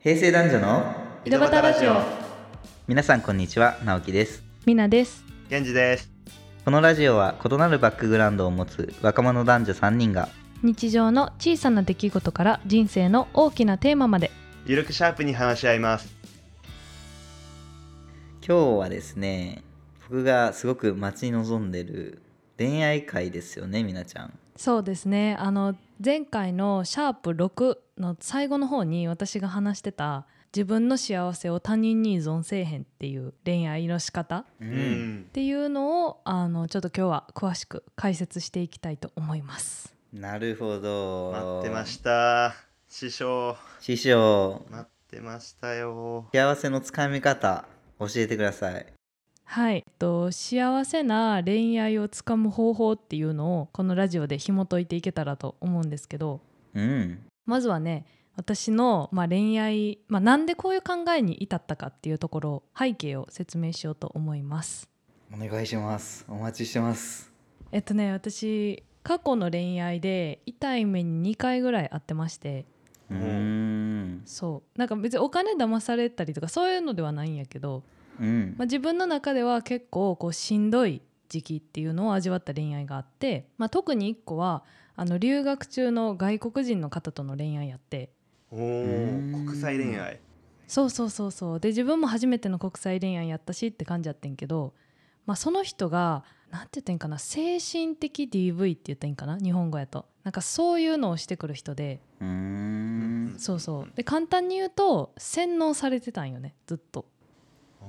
平成男女の井戸端ラジオ皆さんこんにちは直樹ですみなです源氏ですこのラジオは異なるバックグラウンドを持つ若者男女3人が日常の小さな出来事から人生の大きなテーマまでゆるくシャープに話し合います今日はですね僕がすごく待ち望んでる恋愛会ですよねみなちゃんそうですねあの前回の「シャープ #6」の最後の方に私が話してた自分の幸せを他人に依存せえへんっていう恋愛の仕方っううていうのをあのちょっと今日は詳しく解説していきたいと思いますなるほど待ってました師匠師匠待ってましたよ幸せのつかみ方教えてくださいはい、えっと幸せな恋愛をつかむ方法っていうのをこのラジオで紐解いていけたらと思うんですけどうんまずはね私の、まあ、恋愛、まあ、なんでこういう考えに至ったかっていうところ背景を説明しようと思います。お願いしますお待ちしてますえっとね私過去の恋愛で痛い目に2回ぐらい会ってましてううんんそうなんか別にお金騙されたりとかそういうのではないんやけど、うんまあ、自分の中では結構こうしんどい時期っていうのを味わった恋愛があって、まあ、特に1個はあの留学中の外国人の方との恋愛やっておうんー国際恋愛そうそうそうそうで自分も初めての国際恋愛やったしって感じやってんけど、まあ、その人がなんて言ったんかな精神的 DV って言ったんかな日本語やとなんかそういうのをしてくる人でうーんそうそうで簡単に言うと洗脳されてたんよねずっと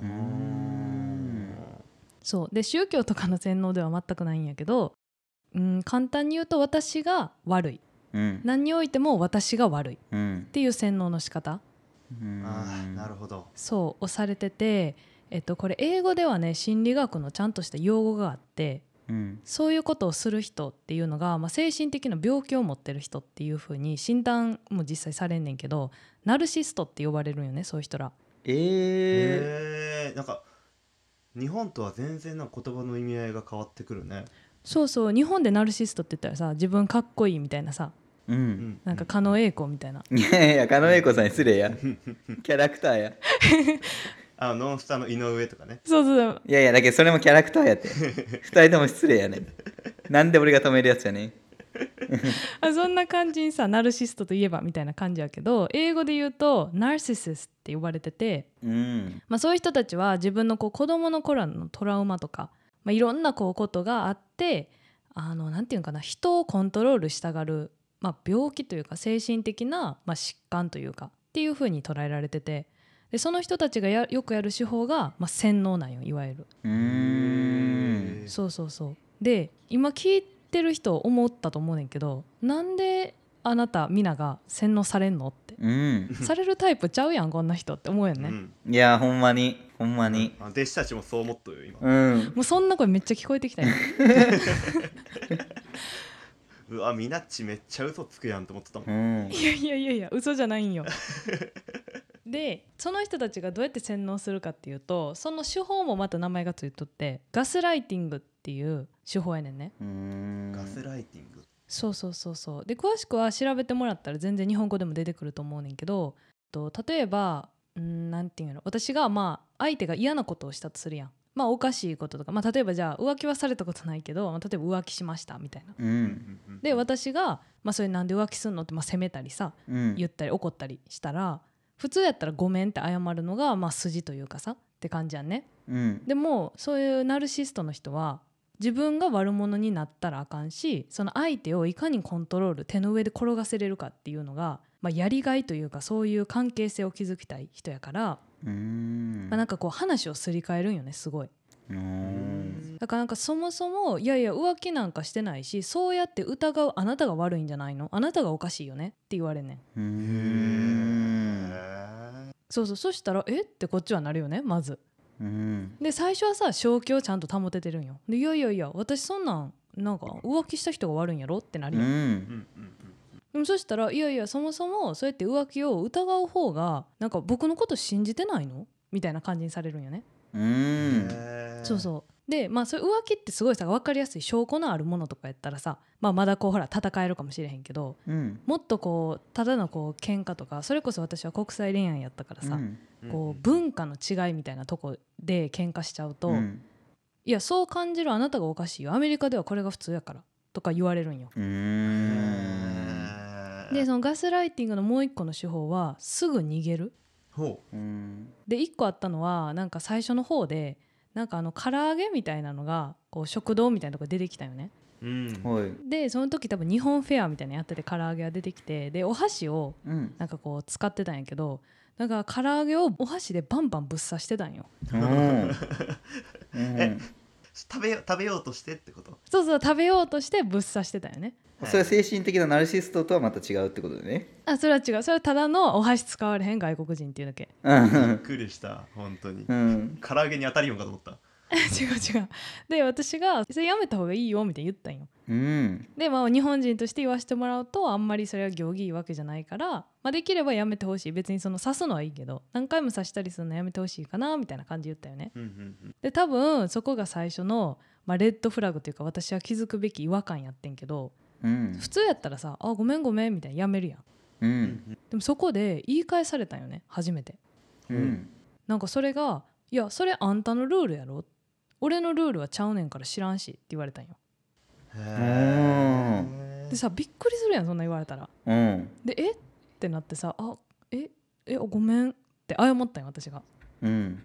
ーんそうで宗教とかの洗脳では全くないんやけどうん簡単に言うと私が悪いうん何においても私が悪いっうんていう洗脳の仕方うんあーなるほどそう押されてて、えっと、これ英語ではね心理学のちゃんとした用語があってうんそういうことをする人っていうのが、まあ、精神的な病気を持ってる人っていうふうに診断も実際されんねんけどナルシストって呼ばれるんよねそういう人ら。えーへえなんか日本とは全然なんか言葉の意味合いが変わってくるねそうそう日本でナルシストって言ったらさ自分かっこいいみたいなさううんんなんか狩野英孝みたいな、いやいや狩野英孝さんに失礼やキャラクターやあノンスタの井上とかねそうそういやいやだけどそれもキャラクターやって二人とも失礼やねなんで俺が止めるやつやねあそんな感じにさナルシストといえばみたいな感じやけど英語で言うとナルシシスって呼ばれててうんまあ、そういう人たちは自分のこう子供の頃のトラウマとか、まあ、いろんなこうことがあってあのなんていうのかな人をコントロールしたがる、まあ、病気というか精神的な、まあ、疾患というかっていうふうに捉えられててでその人たちがやよくやる手法が、まあ、洗脳なんよいわゆる。うーんへーそうそうそうで今聞いてる人思ったと思うねんけどなんであなたミナが洗脳されんのってうんされるタイプちゃうやんこんな人って思うよね。うんいやほんまにほんまにあ弟子たちもそう思っとるよ今うんもうそんな声めっちゃ聞こえてきたよ。うわみなっちめっちゃ嘘つくやんと思ってたもんうんいやいやいやいや嘘じゃないんよでその人たちがどうやって洗脳するかっていうとその手法もまた名前がついとってガスライティングっていう手法やねんねうーんガスライティングそうそうそうそうで詳しくは調べてもらったら全然日本語でも出てくると思うねんけどと例えばうんなんていうの私がまあ相手が嫌なことをしたとするやんまあおかしいこととか、まあ、例えばじゃあ浮気はされたことないけどまあ例えば浮気しましたみたいなううんうんで私が、まあ、それなんで浮気すんのって、まあ、責めたりさうん言ったり怒ったりしたら普通やったら「ごめん」って謝るのがまあ筋というかさって感じやんねうんでもそういうナルシストの人は自分が悪者になったらあかんしその相手をいかにコントロール手の上で転がせれるかっていうのが、まあ、やりがいというかそういう関係性を築きたい人やから、うーんまあ、なんかこう話をすり替えるんよねすごい。うーうんんだからなんかそもそもいやいや浮気なんかしてないしそうやって疑うあなたが悪いんじゃないのあなたがおかしいよねって言われんねん。うーへんーそうそうそしたらえってこっちはなるよねまず。うんで最初はさ正気をちゃんと保ててるんよでいやいやいや私そんなんなんか浮気した人が悪いんやろってなうり、うんんうんでもそしたらいやいやそもそもそうやって浮気を疑う方がなんか僕のこと信じてないのみたいな感じにされるんよね、ううんんへーそうそうでまあそういう浮気ってすごいさ分かりやすい証拠のあるものとかやったらさ、まあ、まだこうほら戦えるかもしれへんけどうんもっとこうただのこう喧嘩とかそれこそ私は国際恋愛やったからさ、うんこう文化の違いみたいなとこで喧嘩しちゃうと、うんいやそう感じるあなたがおかしいよアメリカではこれが普通やからとか言われるんよ。うへーんーでそのガスライティングのもう一個の手法はすぐ逃げる。ほうんで一個あったのはなんか最初の方でなんかあの唐揚げみたいなのがこう食堂みたいなとこ出てきたよね。ううんはいでその時多分日本フェアみたいなのやってて唐揚げが出てきてでお箸をうんなんかこう使ってたんやけどなんか唐揚げをお箸でバンバンぶっ刺してたんよ。おーうん食べよ食べようとしてってことそうそう食べようとしてぶっ刺してたよね。それは精神的なナルシストとはまた違うってことだねあそれは違うそれはただのお箸使われへん外国人っていうだけうんびっくりした本当にうん唐揚げに当たりよんかと思った 違う違うで私が「それやめた方がいいよ」みたいに言ったんようんでまあ日本人として言わせてもらうとあんまりそれは行儀いいわけじゃないから、まあ、できればやめてほしい別にその刺すのはいいけど何回も刺したりするのやめてほしいかなみたいな感じで言ったよねうんうんで多分そこが最初の、まあ、レッドフラグというか私は気づくべき違和感やってんけどうん普通やったらさ「あごめんごめん」みたいなやめるやんううんでもそこで言い返されたんよね初めてううんんなんかそれが「いやそれあんたのルールやろ俺のルールはちゃうねんから知らんし」って言われたんよへーでさびっくりするやんそんな言われたらうんでえってなってさ「あええごめん」って謝ったんよ私がうん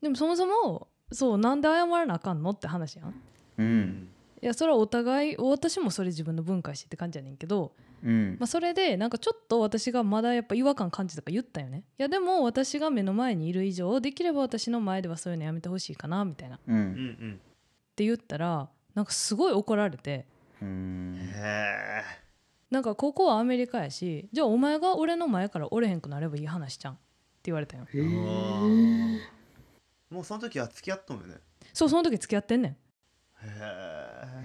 でもそもそもそうなんで謝らなあかんのって話やんううんんいやそれはお互い私もそれ自分の文化やしって感じやねんけど、うんまあ、それでなんかちょっと私がまだやっぱ違和感感じたから言ったよねいやでも私が目の前にいる以上できれば私の前ではそういうのやめてほしいかなみたいなっううんんうんて言ったらなんかすごい怒られてうんへなんかここはアメリカやしじゃあお前が俺の前から折れへんくなればいい話じゃんって言われたんよへえーもうその時は付き合っとんよねそうその時付き合ってんねんへ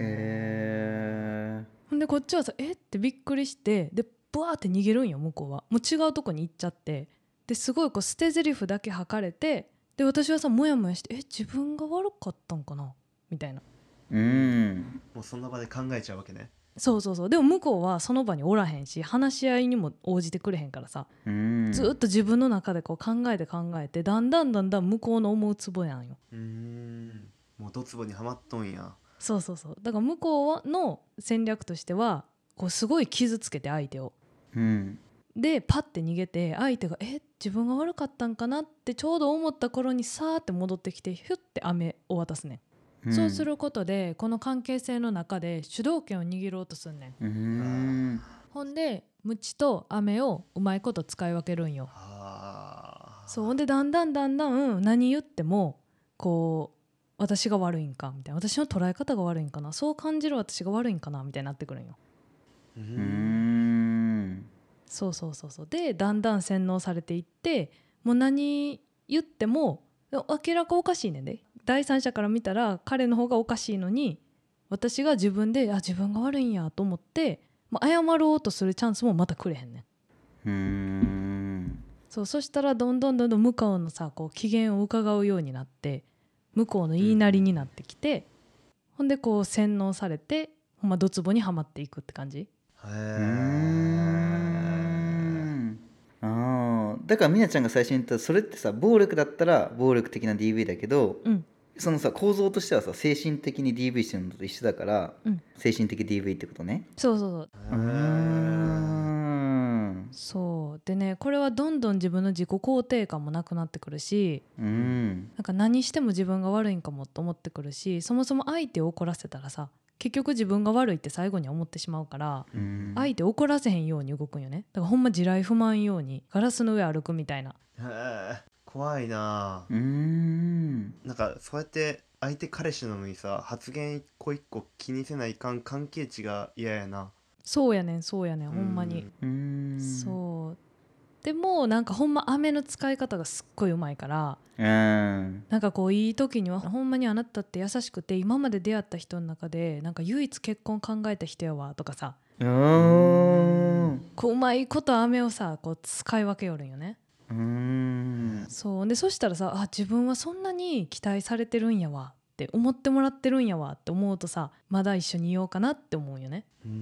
えへほんでこっちはさえってびっくりしてでブワーって逃げるんよ向こうはもう違うとこに行っちゃってですごいこう捨て台詞だけ吐かれてで私はさモヤモヤしてえ自分が悪かったんかなみたいなーうんもうその場で考えちゃうわけねそうそうそうでも向こうはその場におらへんし話し合いにも応じてくれへんからさうんずっと自分の中でこう考えて考えてだんだんだんだん向こうの思うツボやんようーんもうドツボにはまっとんやそうそうそうだから向こうの戦略としてはこうすごい傷つけて相手をうんでパッて逃げて相手が「え自分が悪かったんかな?」ってちょうど思った頃にさーって戻ってきてヒュッて飴を渡すね、ん、そうすることでこの関係性の中で主導権を握ろうとすんねんうんほんでムチと飴をうまいこと使い分けるんよあーそうほんでだんだんだんだん何言ってもこう私が悪いんかみたいな私の捉え方が悪いんかなそう感じる私が悪いんかなみたいになってくるんよううんんそうそうそうそうでだんだん洗脳されていってもう何言っても明らかおかしいねんで第三者から見たら彼の方がおかしいのに私が自分であ自分が悪いんやと思って、まあ、謝ろうとするチャンスもまたくれへんねんうんそうそしたらどんどんどんどん向こうのさこう機嫌を伺うようになって向こうの言いなりになってきて、ほんでこう洗脳されてほんまドツボにはまっていくって感じへうーんあーだからみなちゃんが最初に言ったそれってさ暴力だったら暴力的な DV だけど、うんそのさ構造としてはさ精神的に DV してるのと一緒だから、うん精神的 DV ってことね。そうそうそううーんそうでねこれはどんどん自分の自己肯定感もなくなってくるしうんなんか何しても自分が悪いんかもと思ってくるしそもそも相手を怒らせたらさ結局自分が悪いって最後に思ってしまうからうん相手怒らせへんように動くんよねだからほんま地雷踏まんようにガラスの上歩くみたいなへー怖いなうーんなんかそうやって相手彼氏なのにさ発言一個一個気にせないかん関係値が嫌やなそうやねんそうやねんほんまにうーんそうでもなんかほんま飴の使い方がすっごいうまいからうんなんかこういい時にはほんまにあなたって優しくて今まで出会った人の中でなんか唯一結婚考えた人やわとかさうーんこううまいこと飴をさこう使い分けよるんよねうーんそうでそしたらさあ自分はそんなに期待されてるんやわっって思ってもらってるんやわって思うとさまだ一緒にいようかなって思うんよね。ううー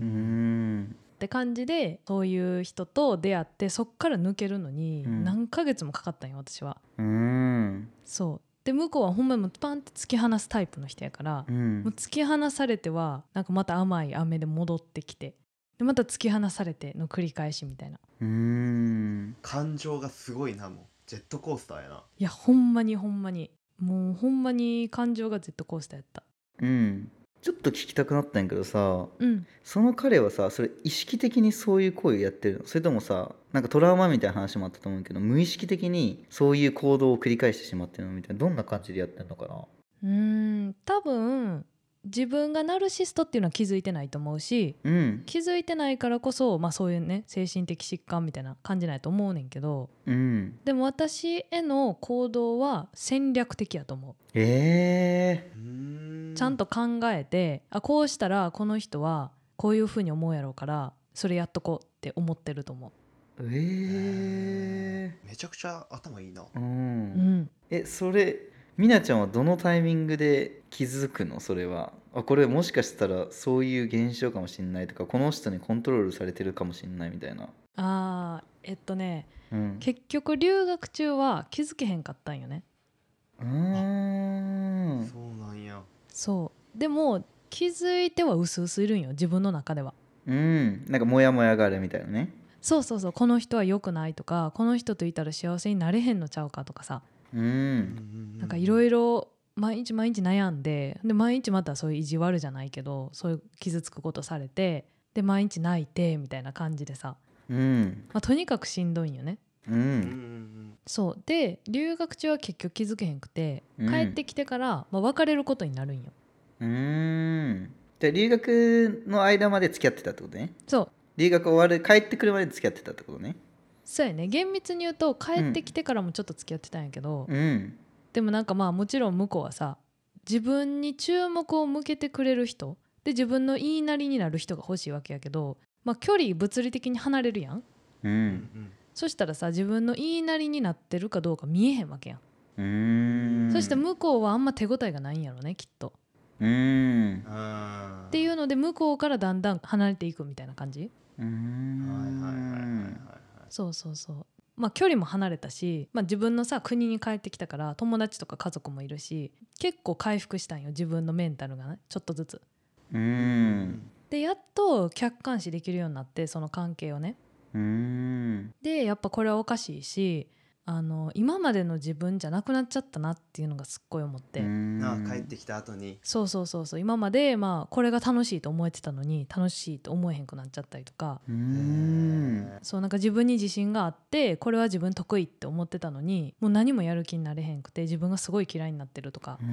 んって感じでそういう人と出会ってそっから抜けるのにうん何ヶ月もかかったんよ私は。うーんそうで向こうはほんまにもうパンって突き放すタイプの人やから、うもうん突き放されてはなんかまた甘い飴で戻ってきてでまた突き放されての繰り返しみたいなうーん感情がすごいなもうジェットコースターやないやほんまにほんまにもうほんまに感情がジェットコースターやったうんちょっと聞きたくなったんやけどさうんその彼はさそれ意識的にそういう行為をやってるのそれともさなんかトラウマみたいな話もあったと思うけど無意識的にそういう行動を繰り返してしまってるのみたいなどんな感じでやってるのかなうーん多分自分がナルシストっていうのは気づいてないと思うしうん気づいてないからこそ、まあ、そういうね精神的疾患みたいな感じないと思うねんけどうんでも私への行動は戦略的やと思うえうーちゃんと考えてあこうしたらこの人はこういうふうに思うやろうからそれやっとこうって思ってると思ー、へえーめちゃくちゃ頭いいなー、うう、んうん、えそれみなちゃんはどのタイミングで気づくのそれはあこれもしかしたらそういう現象かもしんないとかこの人にコントロールされてるかもしんないみたいな、あーえっとねうん、結局留学中は気づけへんかったんよねうーんそうなんやそうでも気づいては薄々いるんよ自分の中ではうんなんかモヤモヤがあるみたいなねそうそうそうこの人は良くないとかこの人といたら幸せになれへんのちゃうかとかさううんうなんかいろいろろ毎日毎日悩んでで毎日またそういう意地悪じゃないけどそういう傷つくことされてで毎日泣いてみたいな感じでさ、うんまあ、とにかくしんどいんよねううんうんんそうで留学中は結局気づけへんくてうん帰ってきてから、まあ、別れることになるんようんじゃあ留学の間まで付き合ってたってことねそう留学終わる帰ってくるまで付き合ってたってことねそうやね厳密に言うと帰ってきてからもちょっと付き合ってたんやけど、うんでもなんかまあもちろん向こうはさ自分に注目を向けてくれる人で自分の言いなりになる人が欲しいわけやけど、まあ、距離物理的に離れるやんううんんそしたらさ自分の言いなりになってるかどうか見えへんわけやん、うんそして向こうはあんま手応えがないんやろねきっとうんうんあーっていうので向こうからだんだん離れていくみたいな感じうはいはいはいはいはいんはいそうそうそうまあ距離も離れたし、まあ、自分のさ国に帰ってきたから友達とか家族もいるし結構回復したんよ自分のメンタルがねちょっとずつううんでやっと客観視できるようになってその関係をねうんでやっぱこれはおかしいしあの今までの自分じゃなくなっちゃったなっていうのがすっごい思って、うんなあ帰ってきた後にそうそうそうそう今までまあこれが楽しいと思えてたのに楽しいと思えへんくなっちゃったりとかうんそうなんか自分に自信があってこれは自分得意って思ってたのにもう何もやる気になれへんくて自分がすごい嫌いになってるとかう、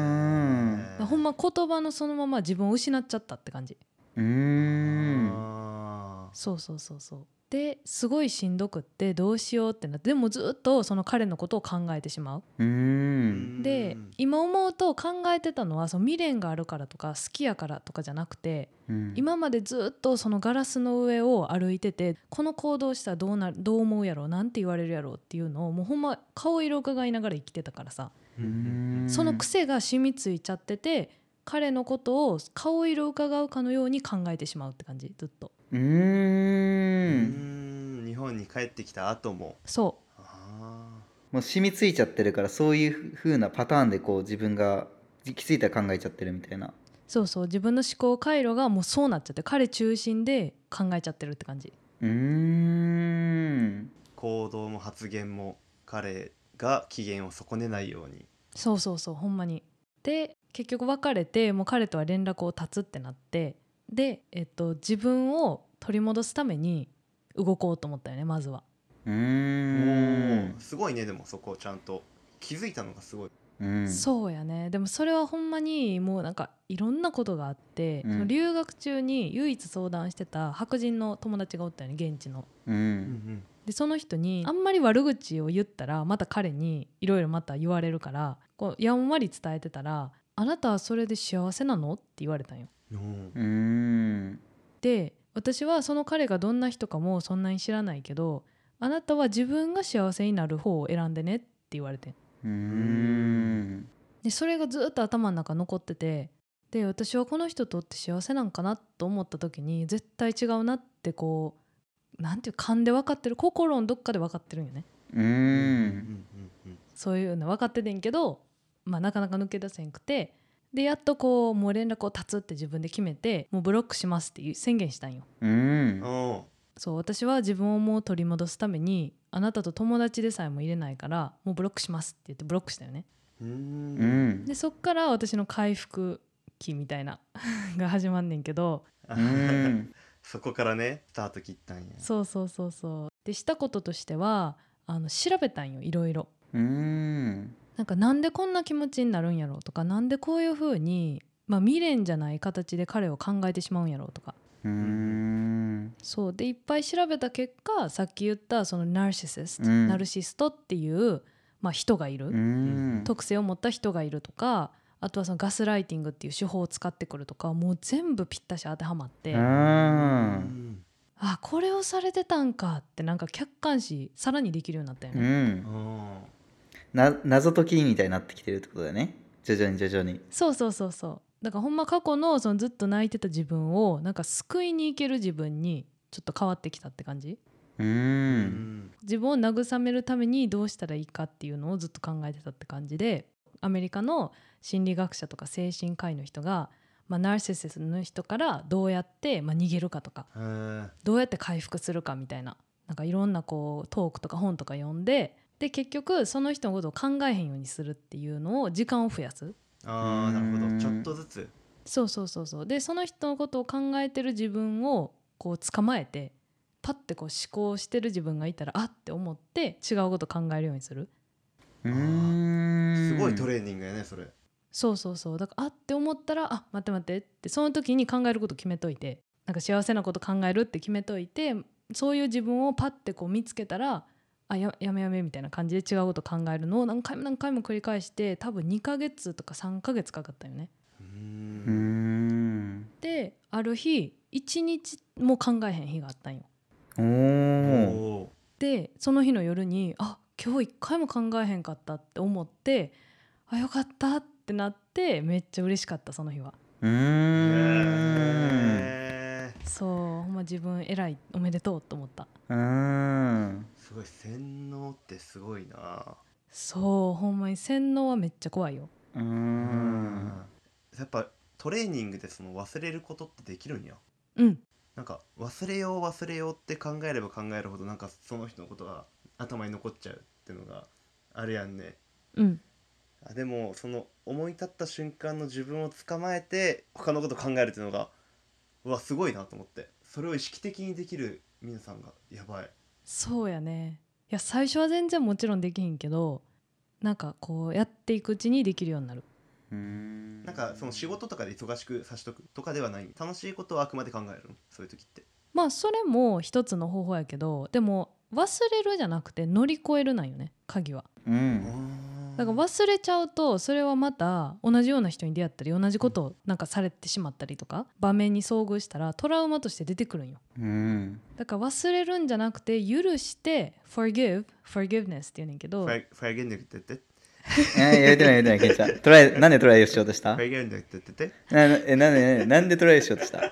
んほんま言葉のそのまま自分を失っちゃったって感じうんあそうそうそうそうですごいしんどくってどうしようってなってでもずっとその彼のことを考えてしまううーんで今思うと考えてたのはその未練があるからとか好きやからとかじゃなくてうん今までずっとそのガラスの上を歩いててこの行動したらどうなどう思うやろうなんて言われるやろうっていうのをもうほんま顔色を伺いながら生きてたからさ、うんその癖が染みついちゃってて彼のことを顔色を伺うかのように考えてしまうって感じずっとううんん日本に帰ってきた後もそあもう染みついちゃってるからそういう風なパターンでこう自分が気づいたら考えちゃってるみたいなうそうそう自分の思考回路がもうそうなっちゃって彼中心で考えちゃってるって感じうんー行動も発言も彼が機嫌を損ねないようにそうそうそうほんまにで結局別れてもう彼とは連絡を断つってなってで、えっと、自分を取り戻すために動こうと思ったよねまずはうおんーすごいねでもそこをちゃんと気づいたのがすごいうんそうやねでもそれはほんまにもうなんかいろんなことがあって、うんその留学中に唯一相談してた白人の友達がおったよね現地の。ううんんでその人にあんまり悪口を言ったらまた彼にいろいろまた言われるからこうやんわり伝えてたら「あなたはそれで幸せなの?」って言われたんよ。うんうんで私はその彼がどんな人かもそんなに知らないけどあなたは自分が幸せになる方を選んでねって言われてうんんでそれがずっと頭の中残っててで私はこの人とって幸せなんかなと思った時に絶対違うなってこうなんていう勘で分かってる心のどっかで分かってるんよねううんうんそういうの分かっててんけど、まあ、なかなか抜け出せんくてでやっとこうもう連絡を断つって自分で決めてもうブロックしますっていう宣言したんよううんんおそう私は自分をもう取り戻すためにあなたと友達でさえも入れないからもうブロックしますって言ってブロックしたよねうううんんでそっから私の回復期みたいな が始まんねんけどあうんそこからねスタート切ったんやそうそうそうそうでしたこととしてはあの調べたんよいろいろうんなんかなんでこんな気持ちになるんやろうとかなんでこういう風にまあ未練じゃない形で彼を考えてしまうんやろうとかうんそうでいっぱい調べた結果さっき言ったそのナルシシスト、うんナルシストっていう、まあ、人がいる、うん特性を持った人がいるとかあとはそのガスライティングっていう手法を使ってくるとかもう全部ぴったし当てはまって、あうんあこれをされてたんかってなんか客観視さらにできるようになったよーうね、んおな謎解きみたいになってきてるってことだよね徐々に徐々にそうそうそうそうだからほんま過去のそのずっと泣いてた自分をなんか救いに行ける自分にちょっと変わってきたって感じううんん自分を慰めるためにどうしたらいいかっていうのをずっと考えてたって感じでアメリカの心理学者とか精神科医の人が、まあ、ナルシシストの人からどうやって、まあ、逃げるかとかへーどうやって回復するかみたいななんかいろんなこうトークとか本とか読んでで結局その人のことを考えへんようにするっていうのを時間を増やすあーなるほどちょっとずつそうそうそうそうでその人のことを考えてる自分をこう捕まえてパッてこう思考してる自分がいたらあって思って違うこと考えるようにするうんすごいトーレーニングやねそれそうそうそうだからあって思ったらあ待って待ってってその時に考えること決めといてなんか幸せなこと考えるって決めといてそういう自分をパッてこう見つけたらあややめやめみたいな感じで違うこと考えるのを何回も何回も繰り返して多分2ヶ月とか3ヶ月かかったよね。ううんんである日1日も考えへん日があったんよ。おおおおでその日の夜にあ今日1回も考えへんかったって思ってあよかったってなってめっちゃ嬉しかったその日は。うーんへーそうほんま自分偉いおめでとうと思ったうーんすごい洗脳ってすごいなそうほんまに洗脳はめっちゃ怖いようーんやっぱトレーニングでその忘れることってできるんやうんなんか忘れよう忘れようって考えれば考えるほどなんかその人のことが頭に残っちゃうってのがあるやんねうんあでもその思い立った瞬間の自分を捕まえて他のこと考えるっていうのがうわすごいなと思ってそれを意識的にできる皆さんがやばいそうやねいや最初は全然もちろんできひんけどなんかこうやっていくうちにできるようになるうーんなんかその仕事とかで忙しくさしとくとかではない楽しいことはあくまで考えるのそういう時ってまあそれも一つの方法やけどでも忘れるじゃなくて乗り越えるなんよね鍵はうんだから忘れちゃうとそれはまた同じような人に出会ったり同じことをなんかされてしまったりとか場面に遭遇したらトラウマとして出てくるんようんだから忘れるんじゃなくて許して forgive forgiveness って言うねんけどファイファイゲンデクって言ってえやれてないやれてないケンちゃんトライなんでトライしようとしたファイゲンデクって言っててななえなんでなんでトライしようとした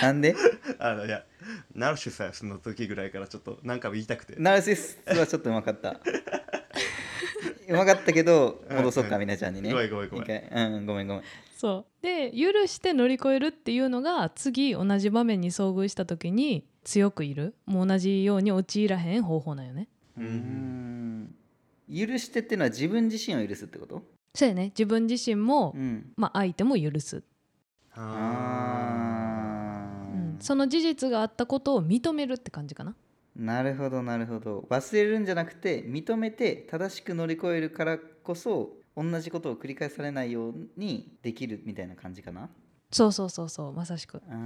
なんであのいやナルシュさその時ぐらいからちょっと何回も言いたくてナルシストはちょっとうまかった。うまかったけど、戻そうか、みなちゃんにね。ごめんごめんごめん一回うん、ごめんごめん。そうで許して乗り越えるっていうのが次同じ場面に遭遇した時に強くいるもう同じように陥らへん方法なんよねう。うん許してってのは自分自身を許すってことそうやね自分自身も、うん。まあ、相手も許す、あうーんその事実があったことを認めるって感じかななるほどなるほど忘れるんじゃなくて認めて正しく乗り越えるからこそ同じことを繰り返されないようにできるみたいな感じかなそうそうそうそうまさしくあー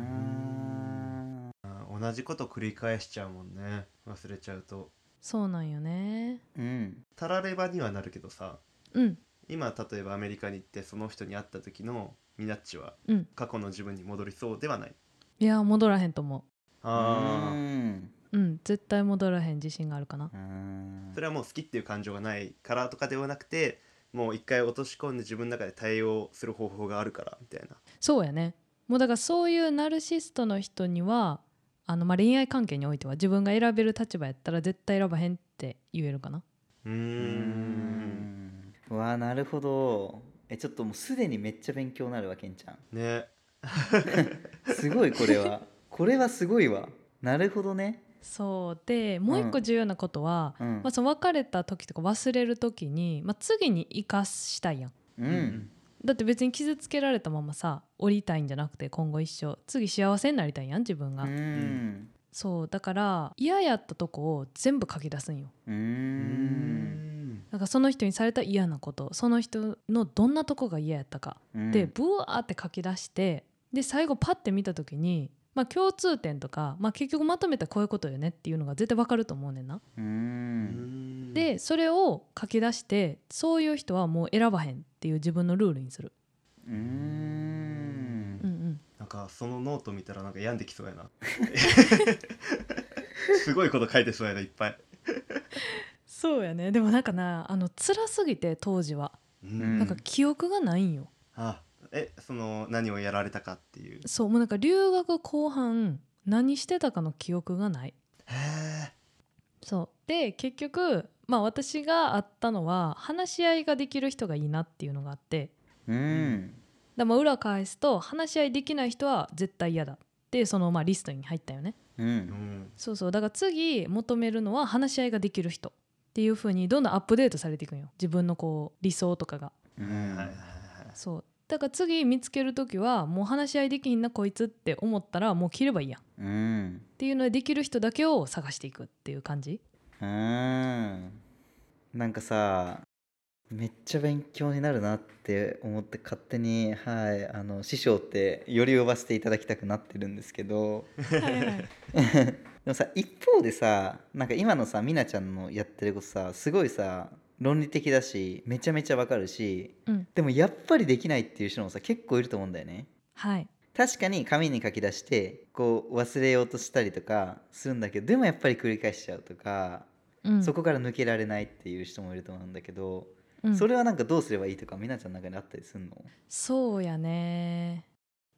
あー同じこと繰り返しちゃうもんね忘れちゃうとそうなんよねうんたらればにはなるけどさうん今例えばアメリカに行ってその人に会った時のミナッチはうん過去の自分に戻りそうではないいや戻らへんと思うあんううん絶対戻らへん自信があるかなあーあそれはもう好きっていう感情がないからとかではなくてもう一回落とし込んで自分の中で対応する方法があるからみたいなそうやねもうだからそういうナルシストの人にはあのまあ恋愛関係においては自分が選べる立場やったら絶対選ばへんって言えるかなうーんうわなるほどえちょっともうすでにめっちゃ勉強になるわけんちゃんねすごいこれはこれはすごいわなるほどねそうでもう一個重要なことは、うんまあ、その別れた時とか忘れる時に、まあ、次に生かしたいやんううんだって別に傷つけられたままさ降りたいんじゃなくて今後一生次幸せになりたいやん自分うが、んそうだから嫌やったとこを全部書き出すんよううんんだからその人にされた嫌なことその人のどんなとこが嫌やったかうんでブワーって書き出してで最後パッて見た時に、まあ、共通点とか、まあ、結局まとめたらこういうことよねっていうのが絶対わかると思うねんな。ううんんでそれを書き出してそういう人はもう選ばへんっていう自分のルールにする。うーんうんうん、なんかそのノート見たらなんか病んできそう やなすごいこと書いてそうやないっぱいそうやねでもなんかなあの辛すぎて当時はううんんなんか記憶がないんよ。あえその何をやられたかっていうそうもうなんか留学後半何してたかの記憶がない。へえそうで結局まあ私があったのは話し合いができる人がいいなっていうのがあって。うんだから裏返すと話し合いできない人は絶対嫌だってそのまあリストに入ったよねううんんそうそうだから次求めるのは話し合いができる人っていう風にどんどんアップデートされていくんよ自分のこう理想とかがうんはいはいはいそうだから次見つける時はもう話し合いできひんなこいつって思ったらもう切ればいいやんっうんていうのでできる人だけを探していくっていう感じうんなんかさめっちゃ勉強になるなって思って勝手にはいあの師匠ってより呼ばせていただきたくなってるんですけどはいはい でもさ一方でさなんか今のさみなちゃんのやってることさすごいさ論理的だしめちゃめちゃわかるし、うんでもやっぱりできないっていう人もさ結構いると思うんだよね。はい確かに紙に書き出してこう忘れようとしたりとかするんだけどでもやっぱり繰り返しちゃうとか、うんそこから抜けられないっていう人もいると思うんだけど、うんそれはなんかどうすればいいとかみなちゃんの中にあったりするのそうやね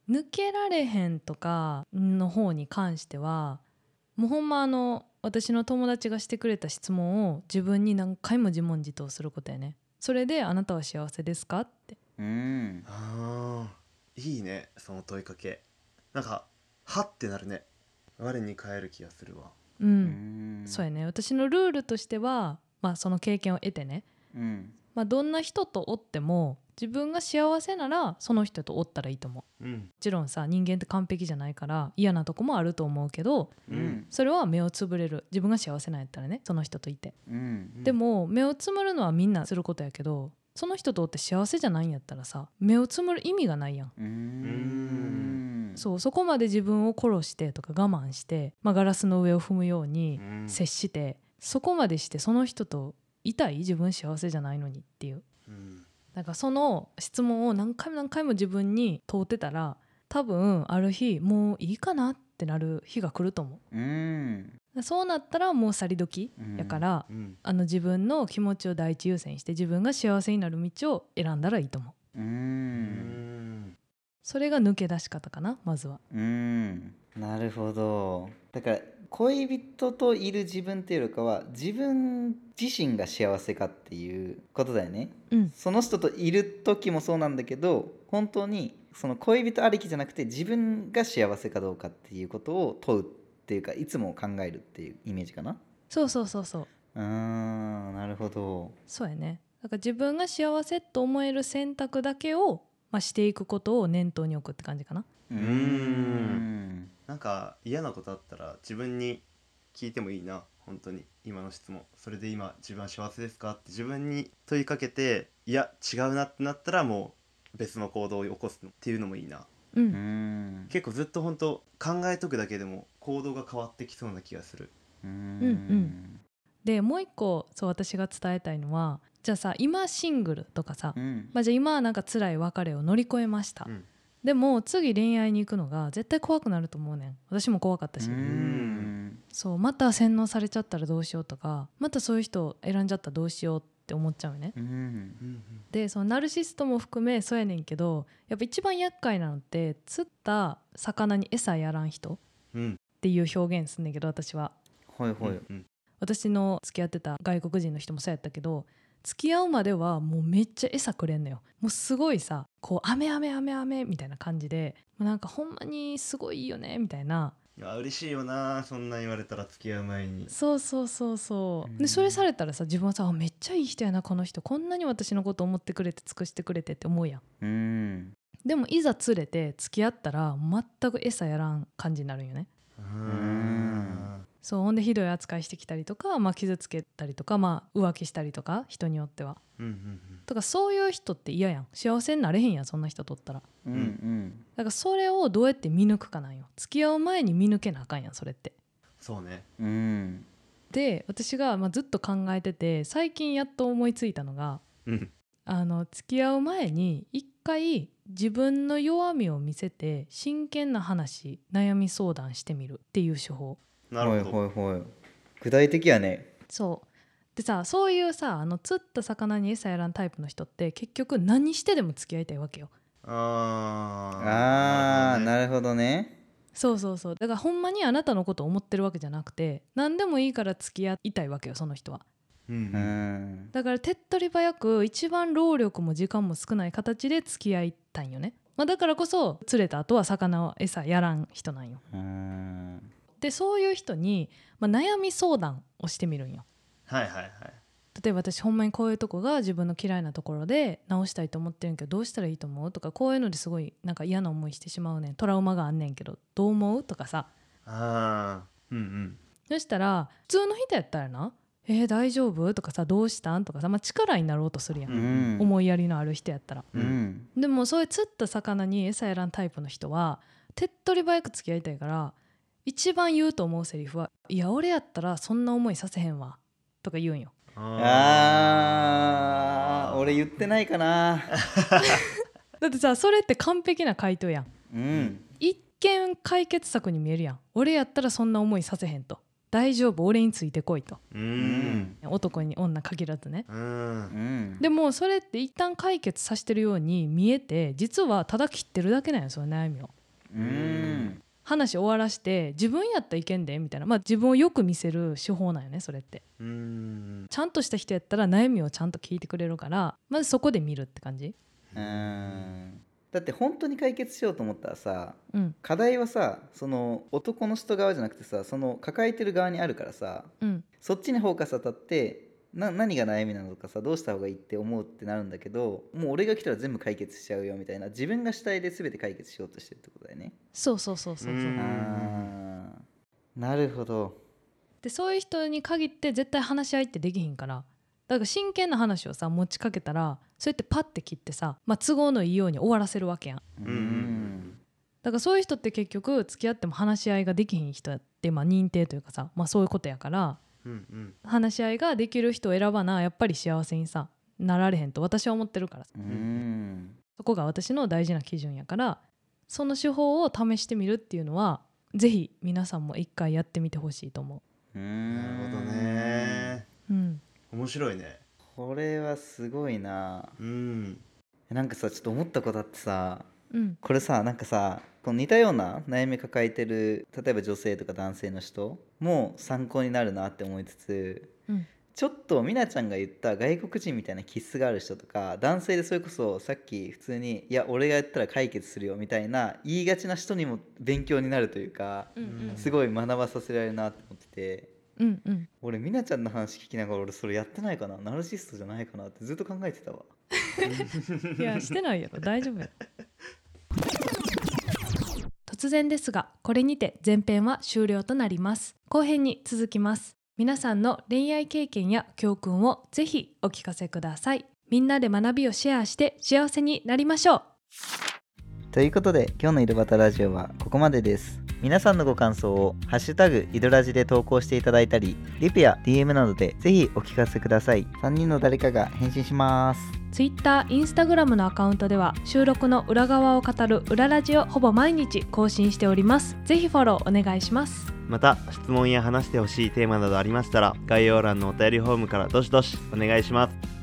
抜けられへんとかの方に関してはもうほんまあの私の友達がしてくれた質問を自分に何回も自問自答することやねそれで「あなたは幸せですか?」ってうんあーいいねその問いかけなんかはってなるね我に返る気がするわうん、うんそうやね私のルールとしては、まあ、その経験を得てね、うんまあ、どんな人とおっても自分が幸せならその人とおったらいいと思うもうんちろんさ人間って完璧じゃないから嫌なとこもあると思うけどうんそれは目をつぶれる自分が幸せなんやったらねその人といて、うんでも目をつむるのはみんなすることやけどその人とおって幸せじゃないんやったらさ目をつむる意味がないやん、うんうんそうそこまで自分を殺してとか我慢して、まあ、ガラスの上を踏むようにうん接して、そこまでしてその人といたい自分幸せじゃないのにっていううんなんかその質問を何回も何回も自分に問うてたら多分ある日もういいかなってなる日が来ると思うんうそうなったらもう去り時やから、うんあの自分の気持ちを第一優先して自分が幸せになる道を選んだらいいと思うううんんそれが抜け出し方かなまずはうんなるほどだから恋人といる自分っていうよりかは自分自身が幸せかっていうことだよねうんその人といる時もそうなんだけど本当にその恋人ありきじゃなくて自分が幸せかどうかっていうことを問うっていうかいつも考えるっていうイメージかなそうそうそうそううーんなるほどそうやねだから自分が幸せと思える選択だけを、まあ、していくことを念頭に置くって感じかなうーんんなんか嫌なことあったら自分に聞いてもいいな本当に今の質問それで今自分は幸せですかって自分に問いかけていや違うなってなったらもう別の行動を起こすっていうのもいいなううんん結構ずっと本当考えとくだけでも行動が変わってきそうな気がするううんうんでもう一個そう私が伝えたいのはじゃあさ今シングルとかさ、うんまあ、じゃあ今はなんか辛い別れを乗り越えました、うんでも次恋愛に行くのが絶対怖くなると思うねん私も怖かったし、うんそうまた洗脳されちゃったらどうしようとかまたそういう人を選んじゃったらどうしようっって思っちゃうよね。うんうんでそのナルシストも含めそうやねんけどやっぱ一番厄介なのって釣った魚に餌やらん人っうんうんていう表現すんねんけど私ははいはい、うん私の付き合ってた外国人の人もそうやったけど付き合うまではもうめっちゃ餌くれんのよもうすごいさこう「雨雨雨雨」みたいな感じでもうなんかほんまにすごいいいよねみたいないや嬉しいよなそんなん言われたら付き合う前にそうそうそうそう、うんでそれされたらさ自分はさあめっちゃいい人やなこの人こんなに私のこと思ってくれて尽くしてくれてって思うやんうんでもいざ連れて付き合ったら全く餌やらん感じになるんよねううんそうほんでひどい扱いしてきたりとか、まあ、傷つけたりとか、まあ、浮気したりとか人によってはうんうんとかそういう人って嫌やん幸せになれへんやんそんな人とったらだうんうんからそれをどうやって見抜くかなんよ付き合う前に見抜けなあかんやんそれってそうねうんで私が、まあ、ずっと考えてて最近やっと思いついたのがうんあの付き合う前に一回自分の弱みを見せて真剣な話悩み相談してみるっていう手法なるはほどいはいはい具体的やねそうでさそういうさあの釣った魚に餌やらんタイプの人って結局何してでも付き合いたいわけよああーあなるほどねそうそうそうだからほんまにあなたのことを思ってるわけじゃなくて何でもいいから付き合いたいわけよその人はほうどねうんんだから手っ取り早く一番労力も時間も少ない形で付き合いたいんよね、まあ、だからこそ釣れた後は魚を餌やらん人なんようんでそういう人に、まあ、悩み相談をしてみるんよはいはいはい例えば私ほんまにこういうとこが自分の嫌いなところで直したいと思ってるんけどどうしたらいいと思うとかこういうのですごいなんか嫌な思いしてしまうねんトラウマがあんねんけどどう思うとかさあーうんうんそしたら普通の人やったらな「えー大丈夫?」とかさ「どうしたん?」とかさ、まあ、力になろうとするやん、うん思いやりのある人やったら。うんうんでもそういう釣った魚に餌やらんタイプの人は手っ取り早く付き合いたいから一番言うと思うセリフは「いや俺やったらそんな思いさせへんわ」とか言うんよ。あー俺言ってないかなだってさそれって完璧な回答やん。うん一見解決策に見えるやん俺やったらそんな思いさせへんと大丈夫俺についてこいとううんん男に女限らずねうんうんでもそれって一旦解決させてるように見えて実はただ切ってるだけなんよその悩みをうん話終わらして自分やったらいけんでみたいなまあ自分をよく見せる手法なんよねそれってうんちゃんとした人やったら悩みをちゃんと聞いてくれるからまずそこで見るって感じうんだって本当に解決しようと思ったらさうん課題はさその男の人側じゃなくてさその抱えてる側にあるからさうんそっちにフォーカス当たってな何が悩みなのかさどうした方がいいって思うってなるんだけどもう俺が来たら全部解決しちゃうよみたいな自分が主体で全て解決しようとしてるってことだよね。そうそうそうそうそううんあーなるほど。でそういう人に限って絶対話し合いってできひんからだから真剣な話をさ持ちかけたらそうやってパッて切ってさ、まあ、都合のいいように終わらせるわけやんううんうんだからそういう人って結局付き合っても話し合いができひん人やって、まあ、認定というかさ、まあ、そういうことやからうんうん話し合いができる人を選ばなやっぱり幸せにさなられへんと私は思ってるからさうんそこが私の大事な基準やからその手法を試してみるっていうのはぜひ皆さんも一回やってみてほしいと思うんなるほど。ねう。うん、面白いねこれはすごいな。 うんなんかさちょっと思ったことあってさうん、これさなんかさこの似たような悩み抱えてる例えば女性とか男性の人も参考になるなって思いつつ、うんちょっと美奈ちゃんが言った外国人みたいな気質がある人とか男性でそれこそさっき普通に「いや俺がやったら解決するよ」みたいな言いがちな人にも勉強になるというかうんうんすごい学ばさせられるなって思ってて。うんうん俺美奈ちゃんの話聞きながら俺それやってないかなナルシストじゃないかなってずっと考えてたわいやしてないやろ大丈夫や突然ですがこれにて前編は終了となります後編に続きます皆さんの恋愛経験や教訓をぜひお聞かせくださいみんなで学びをシェアして幸せになりましょうということで今日の井戸端ラジオはここまでです皆さんのご感想を「ハッシュタグ井戸ラジ」で投稿していただいたりリプや DM などでぜひお聞かせください3人の誰かが返信しますツイッター、インスタグラムのアカウントでは収録の裏側を語る裏ラジをほぼ毎日更新しておりますぜひフォローお願いしますまた質問や話してほしいテーマなどありましたら概要欄のお便りフォームからどしどしお願いします